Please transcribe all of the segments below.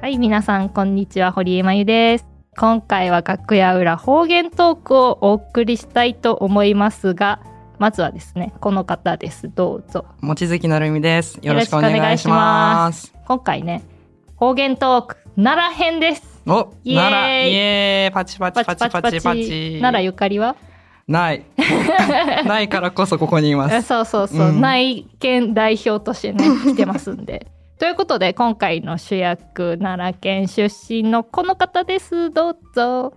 はい、皆さん、こんにちは、堀江真由です。今回は楽屋裏方言トークをお送りしたいと思いますが、まずはですね、この方です。どうぞ。望月なるみです。よろしくおよろしくお願願いいししまます。今回ね、方言トーク、奈良編です。お、イエーイ奈良、イエーイ、パチパチパチパチパチ。奈良ゆかりはない。 ないからこそここにいます。そうそうそう、うん内見代表と してね来てますんで。ということで今回の主役奈良県出身のこの方ですどうぞ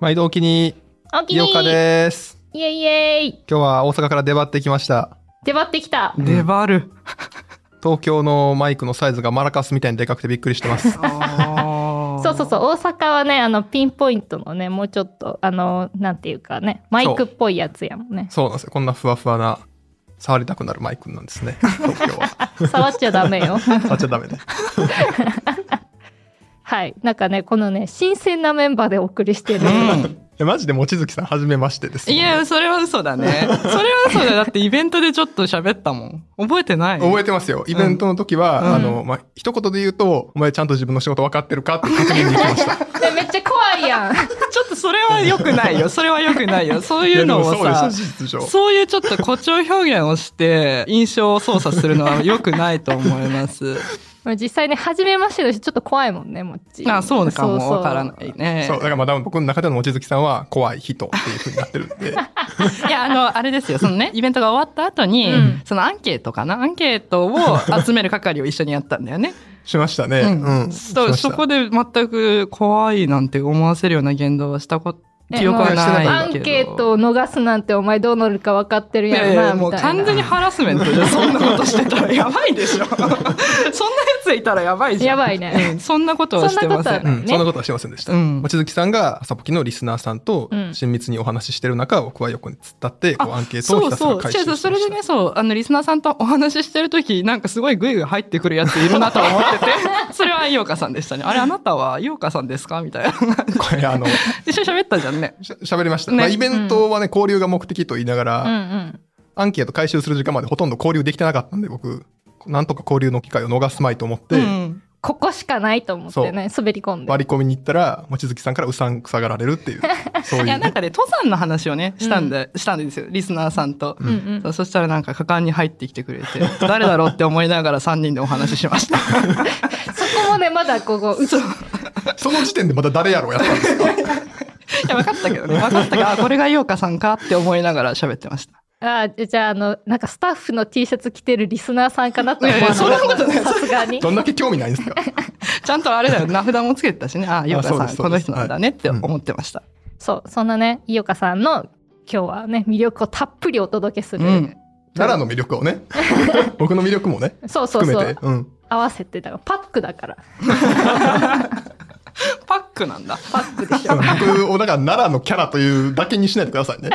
毎度お気におき井に岡ですイエイイエイ今日は大阪から出張ってきました出張ってきた出張る。東京のマイクのサイズがマラカスみたいにでかくてびっくりしてますそそうそうそうう。大阪はねあのピンポイントのねもうちょっとあのなんていうかねマイクっぽいやつやもんねそうなんですよこんなふわふわな触りたくなるマイクなんですね東京 は触っちゃダメよ触っちゃダメねはいなんかねこのね新鮮なメンバーでお送りしてる、うん。えマジで望月さん初めましてですもいんね、や、それは嘘だね。それは嘘だ。だってイベントでちょっと喋ったもん。覚えてない覚えてますよイベントの時は、うんあの、まあ、一言で言うと「お前ちゃんと自分の仕事分かってるか?」って確認に来 ましたでめっちゃ怖いやんちょっとそれは良くないよ。それは良くないよ。そういうのをやでもそうですさよ、事実上そういうちょっと誇張表現をして印象を操作するのは良くないと思います。まあ実際ね、初めましてだし、ちょっと怖いもんね、もっち。あ、そうかもそうわからないね。そうだからまだ僕の中での望月さんは怖い人っていうふうになってるん で いや、あの、あれですよ、その ね、イベントが終わった後に、うんそのアンケートかなアンケートを集める係を一緒にやったんだよね。しましたねううんん、しまそしそたこで全く怖いなんて思わせるような言動はしたこね記憶はもうなアいけンど。ケートを逃すなんて、お前どうなるか分かってるいやんな、やいやもうみたいな。完全にハラスメントでそんなことしてたらやばいでしょそんなやついたらやばいじ やゃんばいね うんそんなことはしてませそんなことはんないうん、そんなことはしてませんでした。う望、ん月さんが朝ポキのリスナーさんとうん親密にお話ししてる中、僕は横に突っ立ってこうアンケートをひたすらそう回収そう違うしてまそれでしねそうあのリスナーさんとお話ししてる時なんかすごいグイグイ入ってくるやついるなと思 っててそれは井岡さんでしたねあれあなたは井岡さんですかみたいなた。 これあの一緒に喋ったじゃんねしゃ喋りました、ねまあ、イベントはね、交流が目的と言いながら、うんうん。アンケート回収する時間までほとんど交流できてなかったんで僕なんとか交流の機会を逃すまいと思って、うんここしかないと思ってね、滑り込んで。割り込みに行ったら望月さんからうさんくさがられるっ ていうそういういやなんねかね登山の話をねしたんで、したんですよリスナーさんと、うんうんそ。うそしたらなんか果敢に入ってきてくれて誰だろうって思いながら3人でお話ししました そこもね、まだここ、うち、その時点でまた誰やろうや ったんですよいや分かったけどね分かったけどあこれが井岡さんかって思いながら喋ってましたあーじゃあ、あの、なんかスタッフの T シャツ着てるリスナーさんかなと思っいやいて。やそんなことないさすがに。 どんだけ興味ないんですかちゃんとあれだよ、名札もつけてたしね、あ、ヨガそうさでん、すこの人なんだねってはい思ってました。そう、そんなね、井岡さんの、今日はね、魅力をたっぷりお届けする。うん。奈良の魅力 をね僕の魅力もねそうそう含そめうて。うん合わせて、だからパックだから。パックなんだ。パックでしょ。僕をだから奈良のキャラというだけにしないでくださいね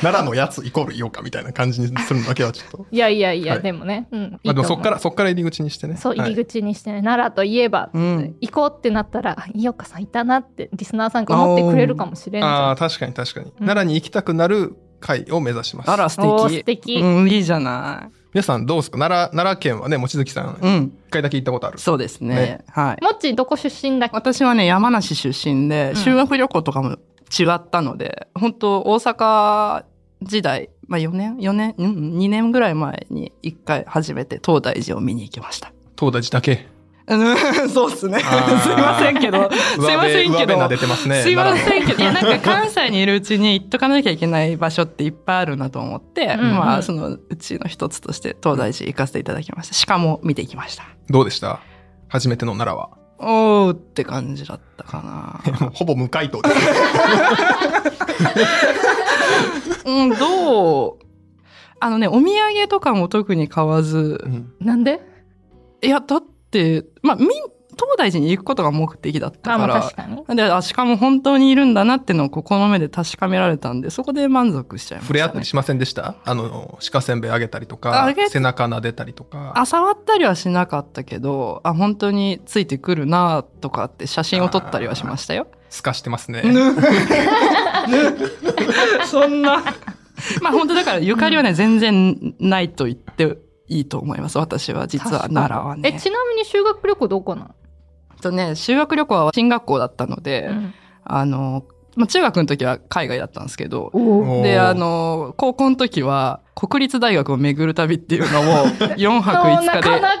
奈良のやつイコール井岡みたいな感じにするのだけはちょっと、いやいやいや、はいでもね、うん、いまあ、いでともそ思っうからそっから入り口にしてねそう入りはい口にしてね、奈良といえば、うん行こうってなったらあ井岡さんいたなってリスナーさんが思ってくれるかもしれんじあゃあん確かに確かに、うん奈良に行きたくなる会を目指しますあら、素おー敵。素敵うん、いいじゃない。皆さんどうですか奈良奈良県はね望月さん一、うん、回だけ行ったことあるそうですね。ねはい。もっちどこ出身だっけ私はね、山梨出身で、ん修学旅行とかも違ったので、本当大阪時代、まあ4年、4年、うん、2年ぐらい前に1回初めて東大寺を見に行きました。東大寺だけうん、そうっすね。 すいあーませんけど、すい上ま辺せんけ上辺どな、出てますねすいま奈良せのんけど、いやなんか関西にいるうちに行っとかなきゃいけない場所っていっぱいあるなと思って、うんまあそのうちの一つとして東大寺行かせていただきました。しかも見てきました。どうでした初めての奈良はおーって感じだったかな。もうほぼ無回答ですうん、どうあのね、お土産とかも特に買わずう、んなんでいや、だって、まあ、みん東大寺に行くことが目的だったあまかあら確、かにで、あ、しかも本当にいるんだなってのをここの目で確かめられたんで、そこで満足しちゃいました、触ね。れ合ったりしませんでしたあの鹿せんべいあげたりとあかげ背中撫でたりとかあ触ったりはしなかったけどあ本当についてくるなとかって写真を撮ったりはしましたよ。すかしてますね そんな まあ本当だからゆかりはね、全然ないと言っていいと思います私は実は確かに奈良はねえ。ちなみに修学旅行どこなのとね、修学旅行は進学校だったので、うんあの、まあ、中学の時は海外だったんですけど、おーおで、ーあの、高校の時は国立大学を巡る旅っていうのを4泊5なか日で、なか、なやか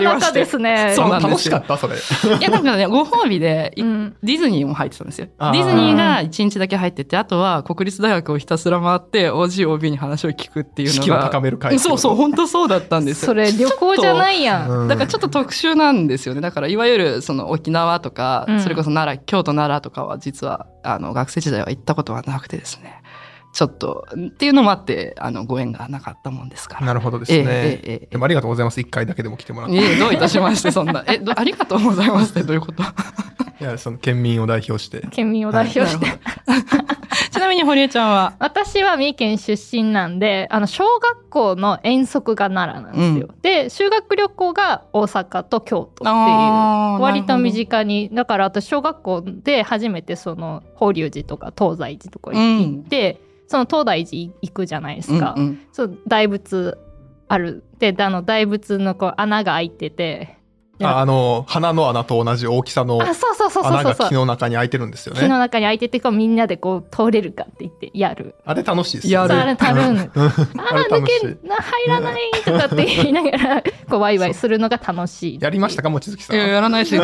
りなまかしてですね。そうなんですよ楽しかったそれ。いや、なんかね、ご褒美で、いうんディズニーも入ってたんですよ。デあーィズニーが1日だけ入ってて、あとは国立大学をひたすら回って、OGOB に話を聞くっていう士の気をが高。める会そうそう、本当そうだったんですそよ。れ旅行じゃないやん。うんだからちょっと特殊なんですよね。だからいわゆるその沖縄とか、うんそれこそ奈良、京都奈良とかは実はあの学生時代は行ったことはなくてですね。ちょっと、っていうのもあって、あの、ご縁がなかったもんですから。なるほどですね。ええええええでもありがとうございます。一回だけでも来てもらって。ええどういたしまして、そんな。え、どありがとうございますってどういうこと いや、その県民を代表して。県民を代表して。なるほど ちなみに堀江ちゃんは、私は三重県出身なんであの小学校の遠足が奈良なんですよ、で修学旅行が大阪と京都っていうあー割と身。なる近にだから私小学校で初めてその法隆寺とか東大寺とかほどう行んっ。て、その東大寺行くじゃないですか、うんうんそう大仏あるであの大仏のこう穴が開いてていやああの、花の穴と同じ大きさのあそうそうそうそう穴そうがそう木の中に開いてるんですよ木ね。の中に開いててこうみんなでこう通れるかって言ってやるあれ楽しいですやよるそうね。あれたるんあら あれ抜楽しいけな入らないとかって言いながらこうワイワイするのが楽しいやりましたか、望月さいん。や、やら ないし、何、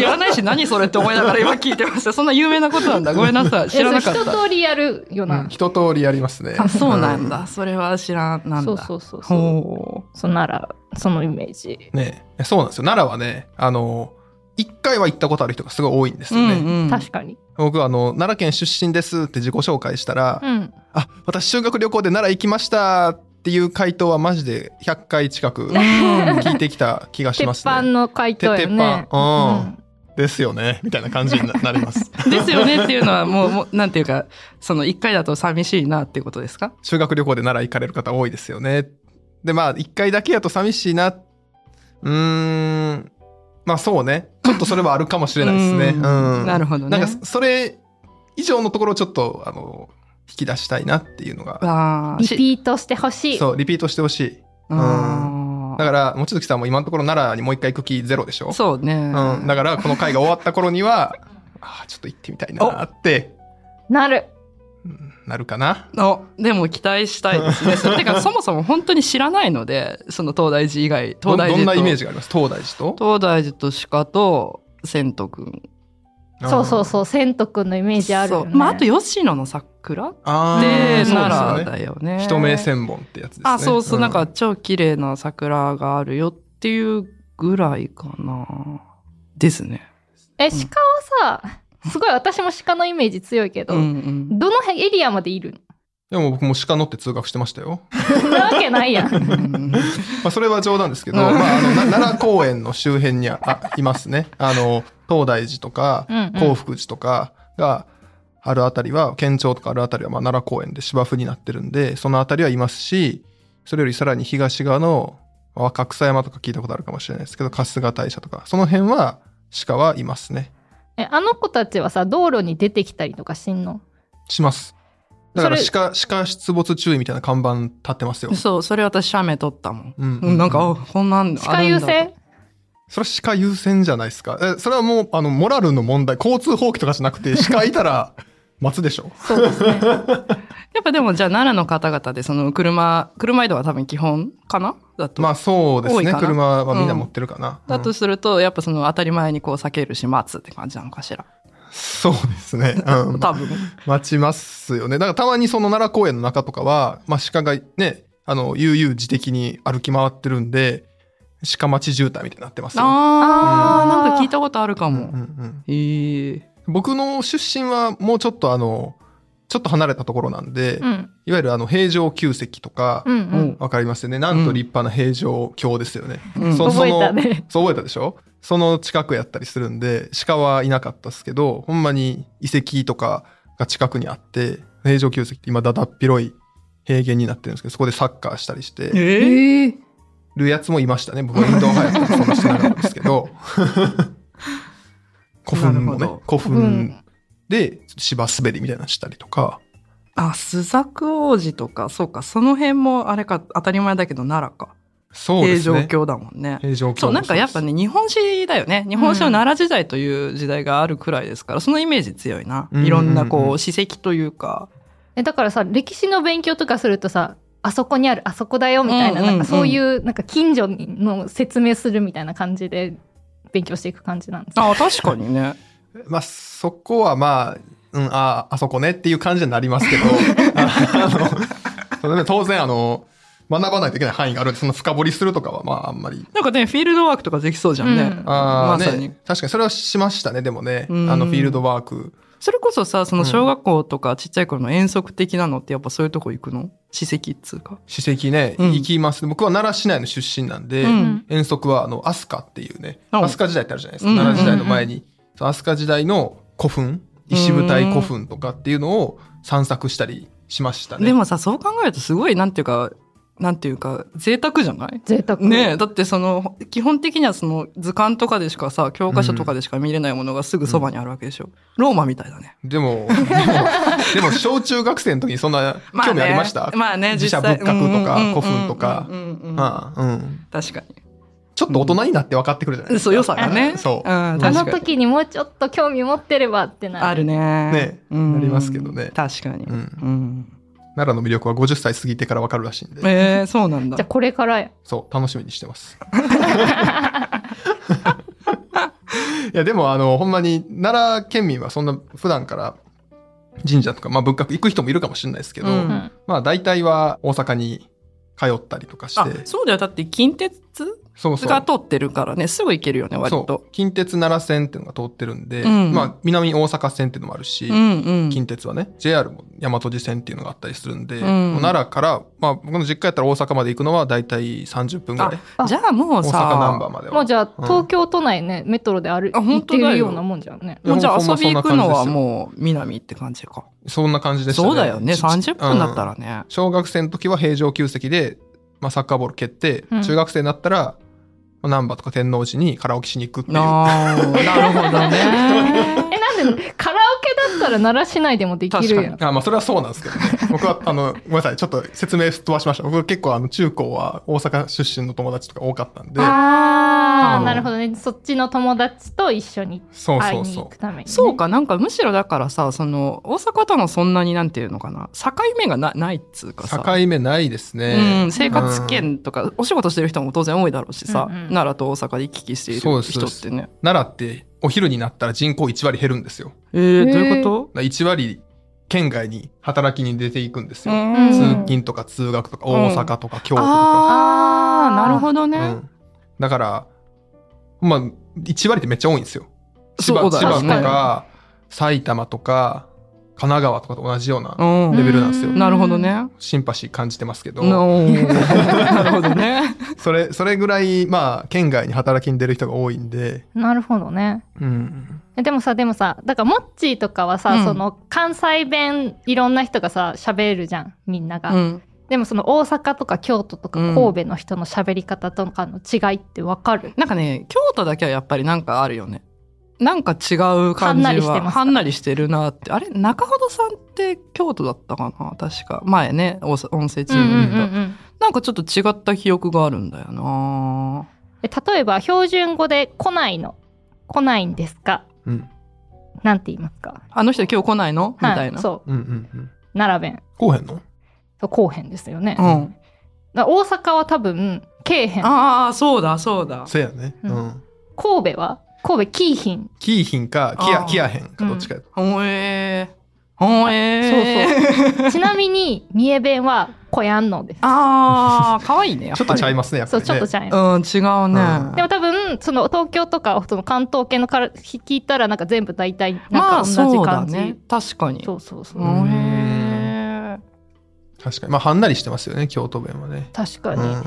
やらないし、何それって思いながら今聞いてました。そんな有名なこと なんだ。ごめんなさい。知らなかっいやそれた。一通りやるような、ん一通りやりますね。あ、そうなんだ。それは知らんなんだ。そうそうそうそうほそんならそのイメージうん。ねえそうなんですよ。奈良はね、あの、一回は行ったことある人がすごい多いんですう。うよね。んうん。確かに僕はあの、奈良県出身ですって自己紹介したら、うんあ、私修学旅行で奈良行きましたっていう回答はマジで100回近く聞いてきた気がし鉄ます板ね。の回答よね鉄板うんですよね。みたいな感じになな ります。ですよねっていうのは、もう、もう、なんていうか、その一回だと寂しいなっていうことですか修学旅行で奈良行かれる方多いですよね。で、まあ、一回だけやと寂しいな。うーん。まあ、そうね。ちょっとそれはあるかもしれないですね。う。うんなるほどね。なんか、それ以上のところをちょっと、あの、引き出したいなっていうのが、あーリしピートしてほしいそう、リピートしてほしい。あーだから、望月さんも今のところ奈良にもう一回行く気ゼロでしょそうね。うん。だから、この回が終わった頃には、ああ、ちょっと行ってみたいなって、なるうんなるかな。の、でも期待したいです ね。そてか、そもそも本当に知らないので、その東大寺以外、ど東大寺どんなとイメージがあります東大寺と東大寺と鹿と千とくん。そうそうう。そう千とくんのイメージあるよ、そうね、まあ、あと吉野の桜で、あーそうですよね奈良だよね。一目千本ってやつですね。あ、そうそう、んなんか超綺麗な桜があるよっていうぐらいかな。ですね。え鹿はさすごい私も鹿のイメージ強いけど、うんうん。どの辺エリアまでいるでも僕も鹿乗って通学してましたよ。のなわけない やんうんまあそれは冗談ですけど、うんまああのな奈良公園の周辺にああいますね。あの、東大寺とかうんうん、興福寺とかがあるあたりは、県庁とかあるあたりはまあ奈良公園で芝生になってるんで、そのあたりはいますし、それよりさらに東側の若草山とか聞いたことあるかもしれないですけど、春日大社とか、その辺は鹿はいますね。えあの子たちはさ道路に出てきたりとかしんのします。だからそれ鹿、鹿出没注意みたいな看板立ってますよ。そう、それ私、写メ撮ったもん。うんうんなんか、あ、こんなんあ鹿るん優だ先それは鹿優先じゃないですか。え、それはもう、あの、モラルの問題、交通法規とかじゃなくて、鹿いたら、待つで しょ。そうですねやっぱでも、じゃあ、奈良の方々で、その、車、車移動は多分基本かなだと。まあ、そうです多いね。かな車はみんな持ってるかな。だとすると、やっぱその、当たり前にこう、避けるし、待つって感じなのかしら。そうですね。 うん。多分。待ちますよね。だから、たまにその奈良公園の中とかは、まあ、鹿がね、あの、悠々自適に歩き回ってるんで、鹿待ち渋滞みたいになってますよ。ああーー、なんか聞いたことあるかうんうも。んうん、えー僕の出身は、もうちょっとあの、ちょっと離れたところなんで、うんいわゆるあの、平城宮跡とか、うんうんわかりますよね。なんと立派な平城京ですよね。うんそ覚えたねそう覚えたでしょその近くやったりするんで、鹿はいなかったですけど、ほんまに遺跡とかが近くにあって、平城宮跡って今だだっ広い平原になってるんですけど、そこでサッカーしたりしてえーるやつもいましたね。僕はインドア派やったらそんなしてなかったですけ ど。古墳もなねるほど、古う墳んで芝滑りみたいなのしたりとか、あ、スザク王子とか、そうか、その辺もあれか、当たり前だけど奈良か。そうで平す城ね。京だもんね。平城京。そう、なんかやっぱ。ね、日本史だよね。日本史は奈良時代という時代があるくらいですから、そのイメージ強いな。うんいろんなうんうんこうう、史跡というか。えだからさ歴史の勉強とかするとさあそこにあるあそこだよみたいな,、うんうんなうんんかそういうなんか近所の説明するみたいな感じで勉強していく感じなんですかああ、確かにね。まあ、そこはまあ、うん、ああ、そこねっていう感じになりま すけど、あのそれで当然、あの、学ばないといけない範囲があるんで、その深掘りするとかは、まあ、あんまり。 なんかね、フィールドワークとかできそうじゃんね。うんあまあ、さにね。確かにそれはしましたね、でもね。あうんの、フィールドワーク。それこそさ、その小学校とかちっちゃい頃の遠足的なのってやっぱそういうとこ行くの史跡っつうか。史跡ね、うん行きます。僕は奈良市内の出身なんで、うん遠足は、あの、飛鳥っていうね、うん飛鳥時代ってあるじゃないですか。うん奈良時代の前に。そう飛鳥時代の古墳、石舞台古墳とかっていうのを散策したりしましたね。でもさ、そう考えるとすごい、なんていうか、なんていうか、贅沢じゃない贅沢ねえ、だってその、基本的にはその図鑑とかでしかさ、教科書とかでしか見れないものがすぐそばにあるわけでしょ。ローマみたいだね。でも、でも、でも小中学生の時にそんな興味ありました、まあね、自社実際仏閣とかうんうんうんうん古墳とかうんうんうんああうん。確かちょっと大人になって分かってくるじゃないに。ですか。そう、良さがね。そうああの時にもうちょっと興味持ってればってなるあるね。ねなりますけどね確かに。うんうん奈良の魅力は50歳過ぎてから分かるらしいんで、ええそうなんだじゃあ。これからやそう、楽しみにしてます。いや、でも、あの、ほんまに、奈良県民はそんな普段から神社とか、まあ仏閣行く人もいるかもしれないですけど、ううんんまあ大体は大阪に通ったりとかしあて、そうだよだって近鉄そうそう。が通ってるからねすぐ行けるよね割そとう近鉄奈良線っていうのが通ってるんで、うんまあ南大阪線っていうのもあるし、うんうん近鉄はね JR も大和路線っていうのがあったりするんで、ん奈良から、まあ、僕の実家やったら大阪まで行くのは大体30分ぐらいあじゃあもう大さ阪ナンバーまではもうじゃあうん東京都内ね、メトロで歩いあ行っ本て当だよるようなもんじゃんねもうじゃあ遊び行くのはほんまそんもうな感じですよ南って感じかそんな感じでしたねそうだよねち30分だったうんらね小学生の時は平城宮跡で、まあ、サッカーボール蹴って、うん中学生になったら難波とか天王寺にカラオケしに行くっていうあーなるほどねえなんでカラオケだったら奈良市内でもできるやんあまあそれはそうなんですけど ね。僕は、あの、ごめんなさい。ちょっと説明すっ飛ばしました。僕は結構、あの、中高は大阪出身の友達とか多かったんで、あああのなるほどねそっちの友達と一緒にそう会いそうに行そくためにね、 そうかなんかむしろだからさその大阪とのそんなになんていうのかな境目がなないっつうかう。さ境目ないですうね。ん、生活圏とか、お仕事してる人も当然多いだろうしさ、うんうん奈良と大阪で行き来していそうるです人ってね。奈良って、お昼になったら人口1割減るんですよ。えー、どういうこだから1割、県外に働きに出ていくんですと、よ。ん通うん勤とか通学とか、大阪とか京都とか。あああーなるほどね、うんだから、まあ、1割ってめっちゃ多いんですよ。千そ葉うだ千葉と確か、埼玉とか、神奈川とかと同じようなうんレベルなんですようなるほどねシンパシー感じてますけど、お ーなるほどねそれ、それぐらい、まあ、県外に働きに出る人が多いんで、なるほどねうん。えでもさでもさだからモッチーとかはさ、うんその関西弁いろんな人がさ喋るじゃんみんなが、うんでもその大阪とか京都とかうん神戸の人の喋り方とかの違いってわかる、なんかね京都だけはやっぱりなんかあるよねなんか違うは感んじなりしてますははんなりしてるなってあれ中ほどさんって京都だったかな確か前ね音声チームにいた、ん、なんかちょっと違った記憶があるんだよなえ例えば標準語で「来ないの」「来ないんですかうん。」なんて言いますかあの人今日来ないのみたいはな。そううんうんうん。奈良弁こうへんのそう後編ですよね、うだかん。ら大阪は多分けえへんああ、そうだ、そうだ。せやね。ううんん。神戸は神戸きいひん キーヒンか、キあア、ーキアへんか、どっちかやと。ほえー。ほえー。そうそう。ちなみに三重弁はこやんのですああ、かわいいね。やちょっとちゃいまますね、やっそぱうり、ね。ちょっとちゃいますす。うん、違ううんね。でも多分その東京とかその関東系のから聞いたらなんか全部大体なんまかあ、同じそうだ感じ、ね。確かに。そうそうそうほえー。確かに。まあ、はんなりしてますよね、京都弁はね。確かうに、ん。へ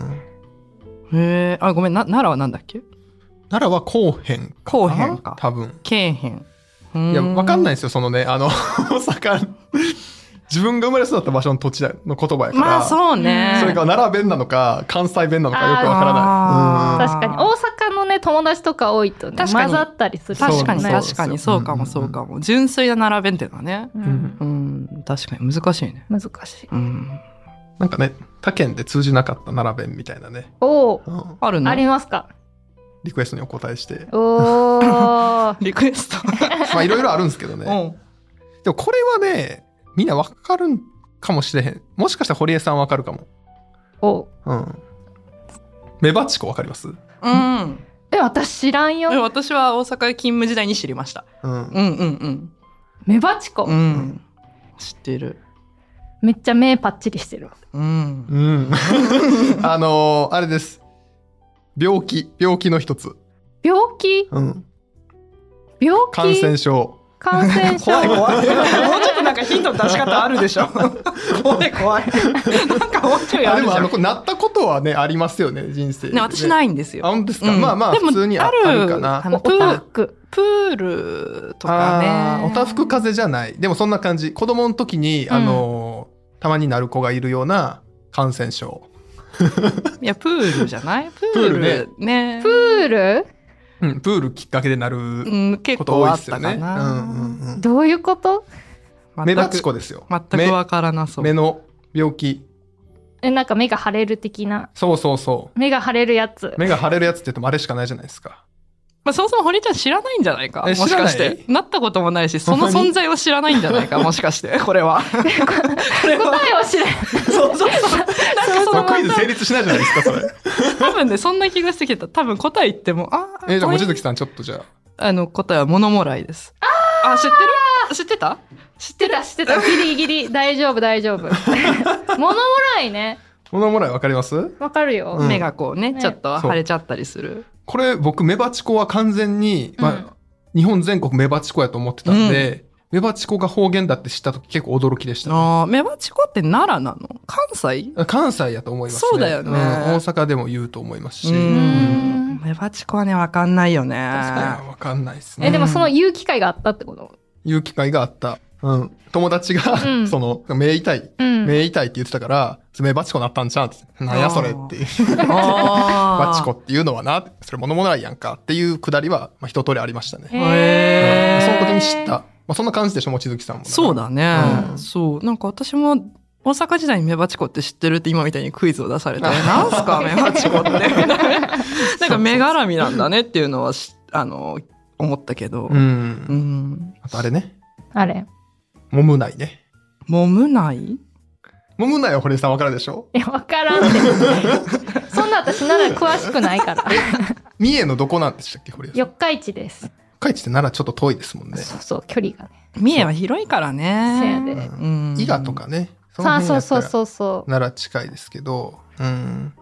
え。あ、ごめん、な奈良はなんだっけ奈良はこうへんかな。こうへんか多分。けえへん。いいや、わかんないい。ですよ、そのね、あの、 大阪、自分が生まれ育った場所の土地の言葉やから。まあ、そううねん。それが奈良弁なのか、関西弁なのかよくわからあーない。うん確かに大阪のね友達とか多いとね混確かにざったりする確かに、そうねなんです確よかに、そうかも、そうかも。純粋な奈良弁っていうのはね。ううんんうん、確かに難しいね。難しいうん。なんかね、他県で通じなかった奈良弁みたいなね、おーうんあるのありますかリクエストにお答えして、おーリクエスト。まあいろいろあるんですけどう ん。ね。でもこれはね、みんなわかるんかもしれへん。もしかしたら堀江さんわかるかも。おうん。メバチコわかりますうん。え私知らんでもよ私は大阪勤務時代に知りました。うん。うんうんメバチコ、うん。うん。知ってる。めっちゃ目パッチリしてるうん。うん。 あのーあれです。病気、病気の一つ。病気うん。病気感染症。感染症怖い怖い。もうちょっとなんかヒントの出し方あるでし ょ。怖い怖い。なんかもうちょいああでるもじあゃのん。これなったことはねありますよね人生で、ね、私ないいんですあよ。本当ですか、うんまあまあでも普通にああるあるかなあのおオタプクプールとかあーね。おたふく風邪じゃないでもそんな感じ子供の時に、んあのーたまになる子がいるような感染症、いや、プールじゃないプールプーね。プールうん、プールきっかけでなるうん、結こと構多いあでっすよたねかな。うんうんうんどういうこと全く目立ち子ですよ全くわからなそう。目の病気えなんか目が腫れる的なそうそうそ目が腫れるやつう目が腫れるやつって言ってもあれしかないじゃないですかまあ、そもそも堀ちゃん知らないんじゃないかえもしかし知らなて。なったこともないし、そほんのまに存在を知らないんじゃない か、もしかして、これは。 これは、答えを知らんそうそうそう。なんかそまあのクイズ成立しないじゃないですかそ れ多分ね、そんな気がしてきた。多分答え言っても、あーえじゃあこう望いう月さんちょっとじゃああの、答えは物もらいです。ああ、知ってる知ってた知ってた知ってたギリギリ大丈夫大 丈夫物もらいね物もらいわかりますわかるよ、うん目がこうね、ねちょっとそう腫れちゃったりする。これ僕メバチコは完全に、まあ日本全国メバチコやと思ってたんで、メバチコが方言だって知った時結構驚きでした、ああ、メバチコって奈良なの関西関西やと思いますねそうだよねん大阪でも言うと思いますうし、うんん。メバチコはね、わかんないよね。確かにわかんないですえねでもその言う機会があったってこと言う機会があった、うん、友達が、うんその目痛いうん目痛いって言ってたから、メバチコなったんちゃうってなんやそれっていうあバーチコっていうのはなそれ物もないやんかっていうくだりは、まあ、一通りありましたね、へーうんその時に知った、まあ、そんな感じでしょ望月さんもそうだね、うんそうなんか私も大阪時代にメバチコって知ってるって今みたいにクイズを出されてなんすかメバチコってなんか目絡みなんだねっていうのはしあの思ったけど、ううんん、あとあれねあれもむないね。揉むないもむないは堀江さんわかるでしょいやわから んってそんな私なら詳しくないから三重のどこなんでしたっけ堀江さん。四日市です四日市って奈良ちょっと遠いですもんね。そうそう距離がね三重は広いからせやでねうん伊賀とかね。そのさあ辺そやうったそうそらうそう奈良近いですけど、うん。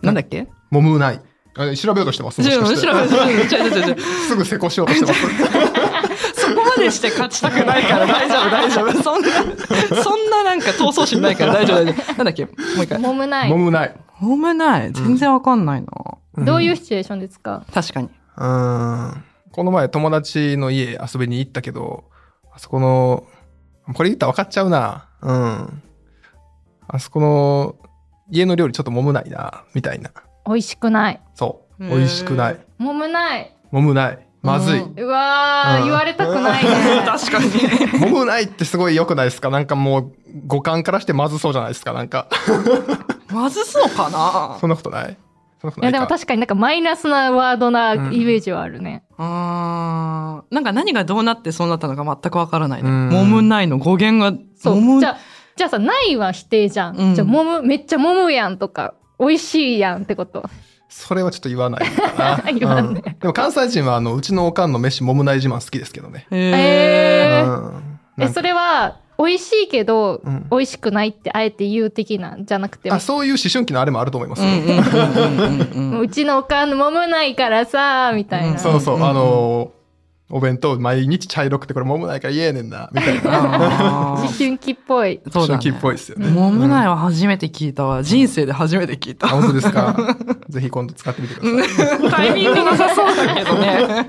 なんだっけもむない。あ調べようとしてます。もしかむししてろむしろむしろむしろむしろすぐ施工しようとしてます。そこまでして勝ちたくないから大丈夫大丈夫そんなそんななんか闘争心ないから大丈夫大丈夫なんだっけもう一回もむないもむない。揉むない全然わかんないな、どういううシチュエーションですか確かにんうん。この前友達の家遊びに行ったけど、あそこの、これ言ったら分かっちゃうな。うん。あそこの家の料理ちょっともむないな、みたいな。美味しくないそう。へ美ー味しくない。もむないもむない。まずい。うんうわー、うん言われたく ないね 確かに。もむないってすごい良くないですかなんかもう五感からしてまずそうじゃないですかなんかまずそうかなそんなことないそんないことやないかでも確かになんかマイナスなワードなイメージはあるね、あーなんか何がどうなってそうなったのか全くわからないね。うんもむないの語源が、そうもむじゃあじゃあさないは否定じゃん、うんじゃあもむめっちゃもむやんとか美味しいやんってことそれはちょっと言わないか な言わんねうんでも関西人はあのうちのおかんの飯もむない自慢好きですけどね、えへーうんえなんかそれは美味しいけど、うん美味しくないってあえて言う的なんじゃなくてもあそういう思春期のあれもあると思いますうよ、んうんうんうんもうんう うちのおかんのもむないからさみたいな、うんそうそう、うんあのお弁当毎日茶色くてこれもむないから言えね んなみたいな思あー春期っぽ いそう思だ春期っね。ぽいですよね、もむないは初めて聞いたわ。人生で初めて聞いあた。本当で すかぜひ今度使ってみてくださいタイミングなさそうだけどね。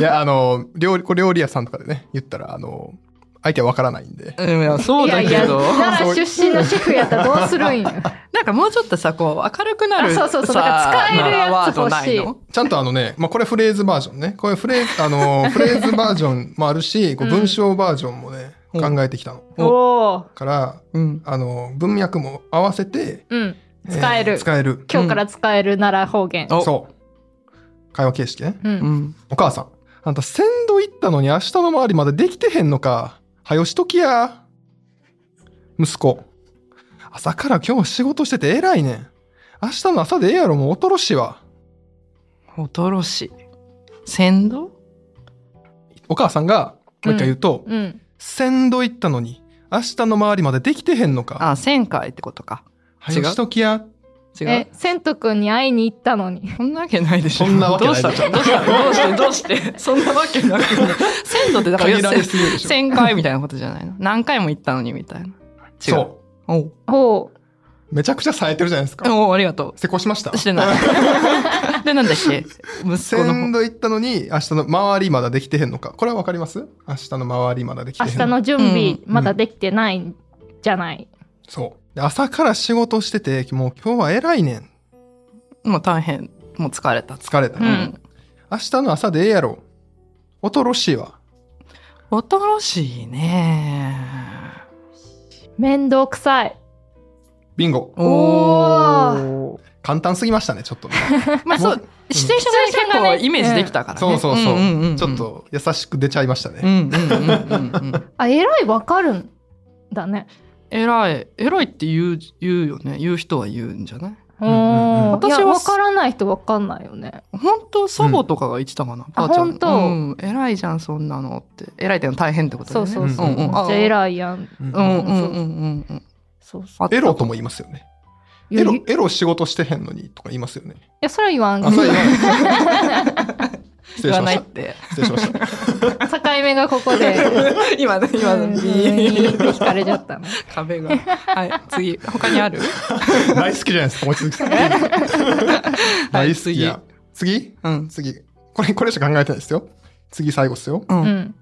いやあの料理これ料理屋さんとかでね言ったらあの相手はわからないんでうんいや、そうだいけやいやど。奈良出身のシェフやったらどうするんやなんかもうちょっとさ、こう、明るくなる。あそうそうそうさなんか使えるやつならワードないの欲ちゃんとあのね、まあ、これ フレーズバージョンね。これフレーズ、あのー、フレーズバージョンもあるし、こう文章バージョンもね、考えてきたの。おおから、うん。あの、文脈も合わせて、ー。うん。使えるー使える。今日から使えるなら方言。おそう。会話形式ね。う。うんん。お母さん、あんた先導行ったのに明日の周りまでできてへんのか。はよしときや。息子、朝から今日仕事してて偉いねん。明日の朝でええやろ、もうおろしいわ。恐ろしい。先導お母さんが、もう一回言うと、うん。先導行ったのに、明日の周りまでできてへんのか。あ、旋回ってことか。はよしときや。違うえ。、せんとくんに会いに行ったのに。そんなわけないでしょ。そんなわけないどうでししょたどうしたどうしてどうしてそんなわけなくない。鮮度ってだから、限られすぎるでしょ。 1000回みたいなことじゃないの。何回も行ったのにみたいな。違う。そう。おうほう。めちゃくちゃ冴えてるじゃないですか。おうありがと施工しましたう。。してない。 で、なんだっけ息子の先方。導行ったのに、明日の周りまだできてへんのか。これはわかります明日の周りまだできて明へん日の準備う、まだできてないんじゃない。そう。で朝から仕事してて、もう今日は偉いねん。もう大変。もう疲れた。疲れた。ううんん。明日の朝でええやろ。恐ろしいわ。恐ろしいね。面倒くさい。ビンゴ。おー。簡単すぎましたね、ちょっとね。まあそう、も指定書シチュエーションがが結構ねイメージできたからね。そうそうそう。んんんんちょっ。と優しく出ちゃいましたうんね。うんうんうんうん。あ、えらいわかるんだね。偉い。偉いって言う、言うよね。言う人は言うんじゃないおんうんうんーいや私はわからない人わかんないよね。本当祖母とかが言ってたかな、ばあちゃんあ本当うん、偉いじゃんそんなのって偉いってのは大変ってことだそようねそうそう。うんめうっんちあゃ偉いやん。うんうんうんうんうんうんそうそう。あったエロとも言いますよね。いやエロい、エロ仕事してへんのにとか言いますよね。や、それは言わん。あ、境そう言わない。失言礼わしまないし。ったて失礼しました。 目がここ で、今ね今うんにねって 引かれちゃったの。壁がはい次他にある 大好きじゃないですか、望月さん。大好きや。次うん次。これ、これしか考えてないですよ。次、最後ですよ。ううんん。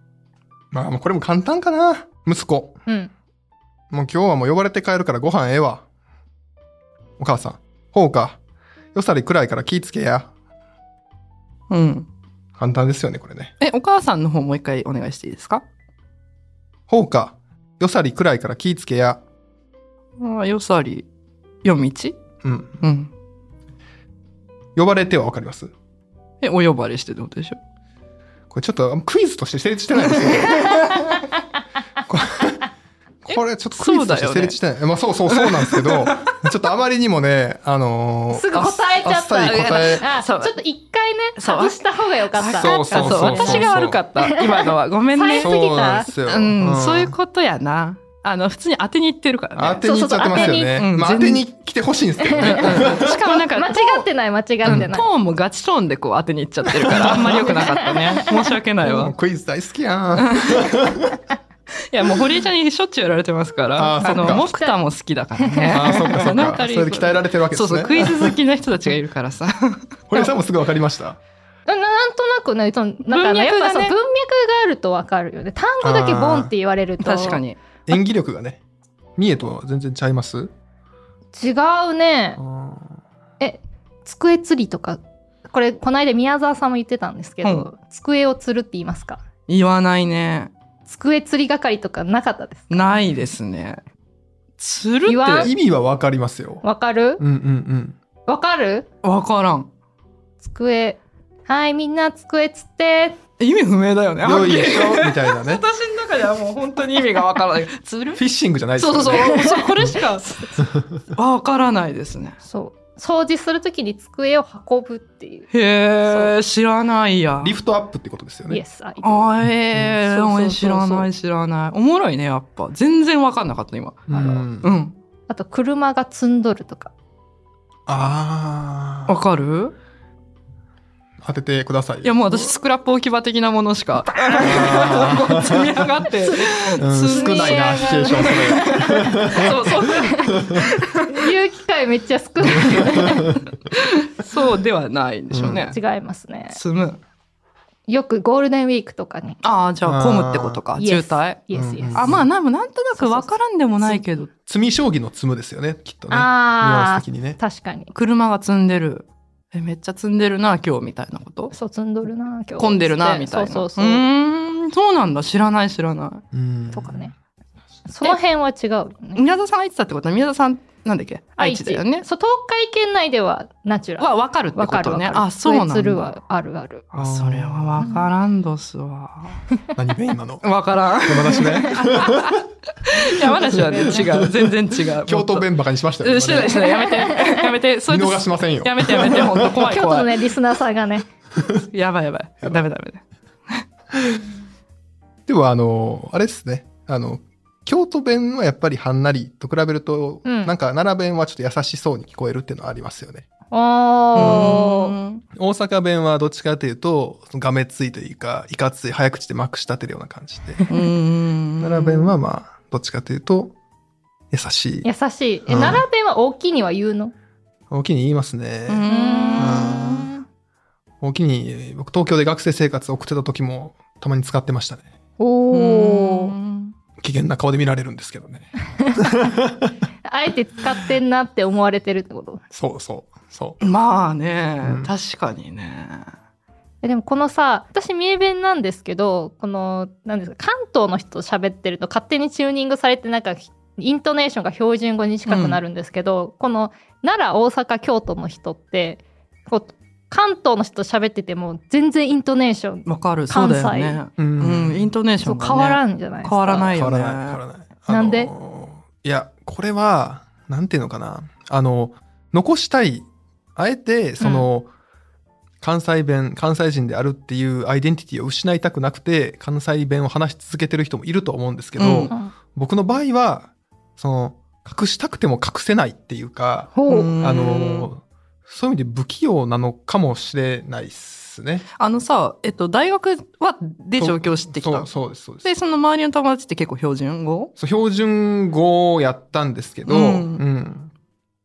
まあ、もうこれも簡単かな。息子。うん。もう今日はもう呼ばれて帰るからご飯ええわ。お母さん。ほうか。よさりくらいから気ぃつけや。うん簡単ですよね、これね。えお母さんの方もう一回お願いしていいですかほうか。よさりくらいから気ぃつけや。あよさり夜道うん。うん呼ばれてはわかりますえお呼ばれしてってことでしょこれちょっとクイズとして成立してないです ね。これこれちょっとクイズとして成立してない。まあそうそうそうなんです けど、ちょっとあまりにもね、あのーすぐ答えちゃあった。っさり答え。あ、ちそょうっと一回ね、そう外した方がよかった。そうそうそうそうあ私が悪かった今のはごめんさねえすぎそうたなんですよ。うん、んそういうことやな。あの、普通に当てにいってるから当ね。てに行っちゃってますよそね。うそうそうまあ、当当ててにに来てほしいんですけどね。うんしかもなんか、間違ってない、間違ってうんないト。ーンもガチトーンでこう当てにいっちゃってる から、あんまり良くなかったね。申し訳ないもうわ。クイズ大好きやん。いや、もう堀江ちゃんにしょっちゅうやられてますから、あーそっかの、モクタも好きだからね。ああ、そっかそっのあたか。そりれで鍛えられてるわけでそうすそう、クね。イズ好きな人たちがいるからさ。堀江さんもすぐわかりました。ななんとなくね、そのなんか文ね、やっ脈ぱがそねう文脈があるとわかるよね。単語だけボンって言われると。確か。に。演技力がね。三重とは全然ちゃいます違うね。机釣りとか。これ、この間宮沢さんも言ってたんですけど、う机を釣るって言いますか言わないね。机釣り係とかなかったです。ないですね。つるって言わん意味はわかりますよ。わかるうんうんうん。わかるわからん。机。はい、みんな机釣って。意味不明だよね。よいはっきりしょみたいなね。 私の中ではもう本当に意味がわからない。つる フィッシングじゃないですそうかそらうね。そう、そうこれしかわからないですね。そう。掃除するときに机を運ぶっていう。へえ、知らないや。リフトアップってことですよイエね。ス、あ、あーえうんそうそうそうそうー、知らない知らない。おもろいね、やっぱ。全然わかんなかった、今。うんうん。あと、車が積んどるとか。あわあ。かる当ててください。いや、もう私、スクラップ置き場的なものし か、あ こう積み上がって。ーうん積み少上がないな、シチュエーションそれ。そうそう。 言う機会めっちゃ少ない。 そうではないんでしょうね。違いますね。積む。よくゴールデンウィークとかに。ああ、じゃあ、混むってことか。渋滞。イエスイエうんス。あ、まあ、なんもなんとなくわからんでもないけど、積み将棋の積むですよね、きっとね。ニュアあンス的にねー。確かに。車が積んでる。え、めっちゃ積んでるな、今日、みたいなことそう、積んどるな、今日。混んでるなみたいな。そうそうそう。ーんん、そうなんだ。知らない、知らなうんとかね。その辺は違うよい。ね。宮田さんが言ってたってことは、宮田さん、なんだっけ愛知だよね。そう東海圏内ではナチュラル。は、わかるってわこかるとわかね。る。あ、そうなんツルだ。はあるある。あそれはわからんどすわ。何弁今のわからん。山梨弁 山梨 はね、違う。全然違う。京都弁バカにしましたようねんしてない、してない。や めて。やめて。そ見ういう逃しませんよやめて、やめ て。本当怖い、京都の怖い。ね、リスナーさんがね、やばい、やばい。ダメ、ダメ。でもあのあれですねあの京都弁はやっぱりはんなりと比べると、うんなんか奈良弁はちょっと優しそうに聞こえるっていうのはありますよねおー、う大阪弁はどっちかというとそのがめついというかいかつい早口でまくし立てるような感じでん。奈良弁はまあどっちかというと優しい優しい。え、うん奈良弁は大きいには言うの大きに言いますね、うーん。大きに僕東京で学生生活を送ってた時もたまに使ってましたねおー。機嫌な顔で見られるんですけどねあえて使ってんなって思われてるってことそうそうそうまあね、うん確かにね。えでもこのさ私三重弁なんですけどこのなんですか関東の人と喋ってると勝手にチューニングされてなんかイントネーションが標準語に近くなるんですけど、この奈良大阪京都の人ってこう関東の人と喋ってても全然イントネーションわかる。そうだよね関。西うんうん、イントネーシそョうンが、ね、変わらん。んじゃないですか変わらない変よわね。らない変わらない、なんでいやこれはなんていうのかなあの残したいあえてその、関西弁関西人であるっていうアイデンティティを失いたくなくて関西弁を話し続けてる人もいると思うんですけど、ううんん僕の場合はその隠したくても隠せないっていうか、ほう、うんあのそういう意味で不器用なのかもしれないっすね。あのさ、えっと、大学は、で上京してきそたう。そうですそうですで、その周りの友達って結構標準語そう標準語をやったんですけど、ううんん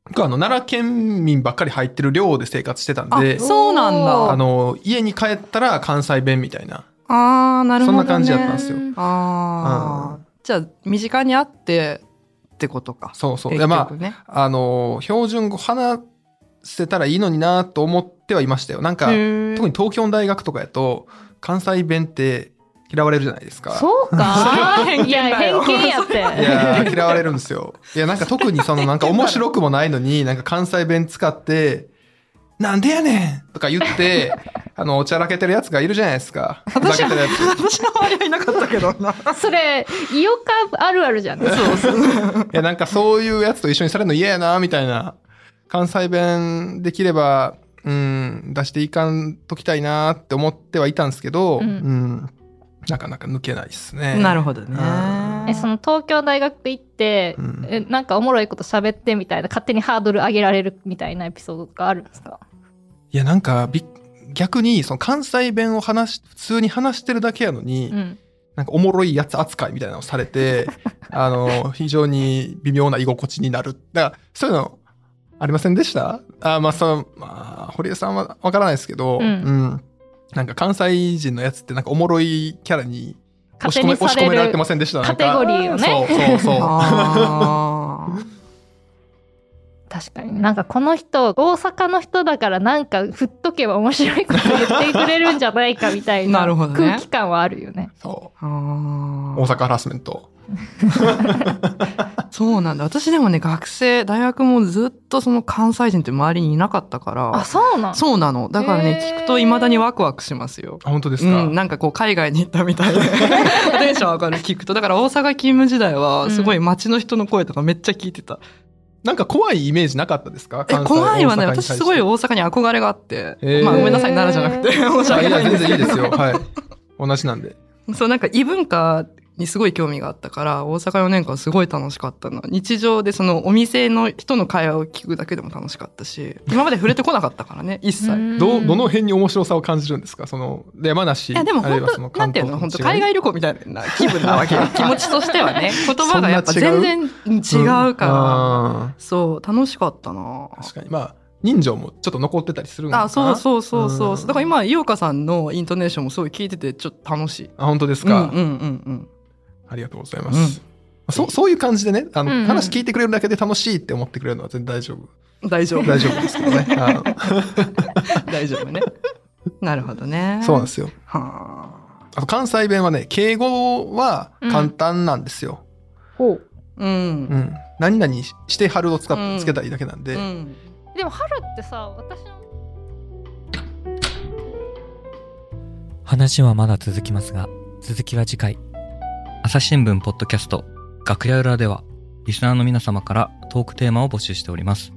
僕あの奈良県民ばっかり入ってる寮で生活してたんあで、そうなんおだ。ーあの家に帰ったら関西弁みたいなあー、なるほど、ね。そんな感じだったんですよああ、じゃあ、身近にあってってことか。そうそうい結やま局ね。ああの標準語話せたらいいのになと思ってはいましたよなんかへ特ーに東京の大学とかやと関西弁って嫌われるじゃないですかそうそれはか偏見いだよや偏見やっていやー嫌われるんですよ。いや、なんか特にその、なんか面白くもないのに、なんか関西弁使って、なんでやねんとか言って、あの、おちゃらけてるやつがいるじゃないですか。ふざけてるやつ。私の周りはいなかったけどな。それイオカあるあるじゃんそうそう。いや、なんかそういうやつと一緒にされるの嫌やな、みたいな。関西弁できれば、うん、出していかんときたいなって思ってはいたんですけど、ううんん、なかなか抜けないですね。 なるるほどね。えその東京大学行って、うんえなんかおもろいこと喋ってみたいな勝手にハードル上げられるみたいなエピソードがあるんですかいや、なんかびっ、逆に、その関西弁を話し、普通に話してるだけやのに、うんなんかおもろいやつ扱いみたいなのをされて、あの、非常に微妙な居心地になる。だから、そういうの、ありませんでしたあまあ、その、まあ、堀江さんはわからないですけど、うんんなんか関西人のやつってなんかおもろいキャラに押勝し手込めに押さし込れめられてるませんでしたなんかカテゴリーをねそうそう そう。あー 確かになんかこの人大阪の人だからなんか振っとけば面白いこと言ってくれるんじゃないかみたいななるほどね空気感はあるよねそうあー大阪ハラスメント。そうなんだ。私でもね、学生、大学もずっとその関西人って周りにいなかったかあら、そうなんそうなの。だからね、へー聞くと未だにワクワクしますよ。あ本当ですうか、ん、なんかこう海外に行ったみ たいでテンション上がる聞くとだから大阪勤務時代はすごい街の人の声とかめっちゃ聞いてた、なんか怖いイメージなかったですかえ怖いわね関西私すごい大阪に大阪に憧れがあって、へーまあごめんなさい奈良じゃなくて申し対し訳てないやんでいや、す全然いいですよ。はい。同じなんで。そう、なんか異文化にすごい興味があったから、大阪4年間すごい楽しかったの。日常でそのお店の人の会話を聞くだけでも楽しかったし、今まで触れてこなかったからね、一切。うんどどの辺に面白さを感じるんですかその山梨いやでもあるい本はその当、なん関ていう東の、本と当違い海外旅行みたいな気分なわ けよ。気持ちとしてはね。言葉がやっぱそんな違全う然違うから。あそう、楽しかったなー確かにまあ人情もちょっと残ってたりするのかなあ、そうそうそうそう。うだんから今、井岡さんのイントネーションもすごい聞いてて、ちょっと楽しい。あ本当ですうんうか、んうんうん。ありがとうございます、そそういう感じでねあの、うんうん話聞いてくれるだけで楽しいって思ってくれるのは全然大丈夫大丈夫。 大丈夫ですけどねあの大丈夫ね。なるほどね。そうなんですよはあ。あと関西弁はね、敬語は簡単なんですよ。ほううんうん。何々ししてはるを使うっんつけたいだけなんで、うんでも春ってさ私の話はまだ続きますが、続きは次回。朝日新聞ポッドキャスト、楽屋裏では、リスナーの皆様からトークテーマを募集しております。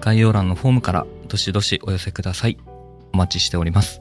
概要欄のフォームから、どしどしお寄せください。お待ちしております。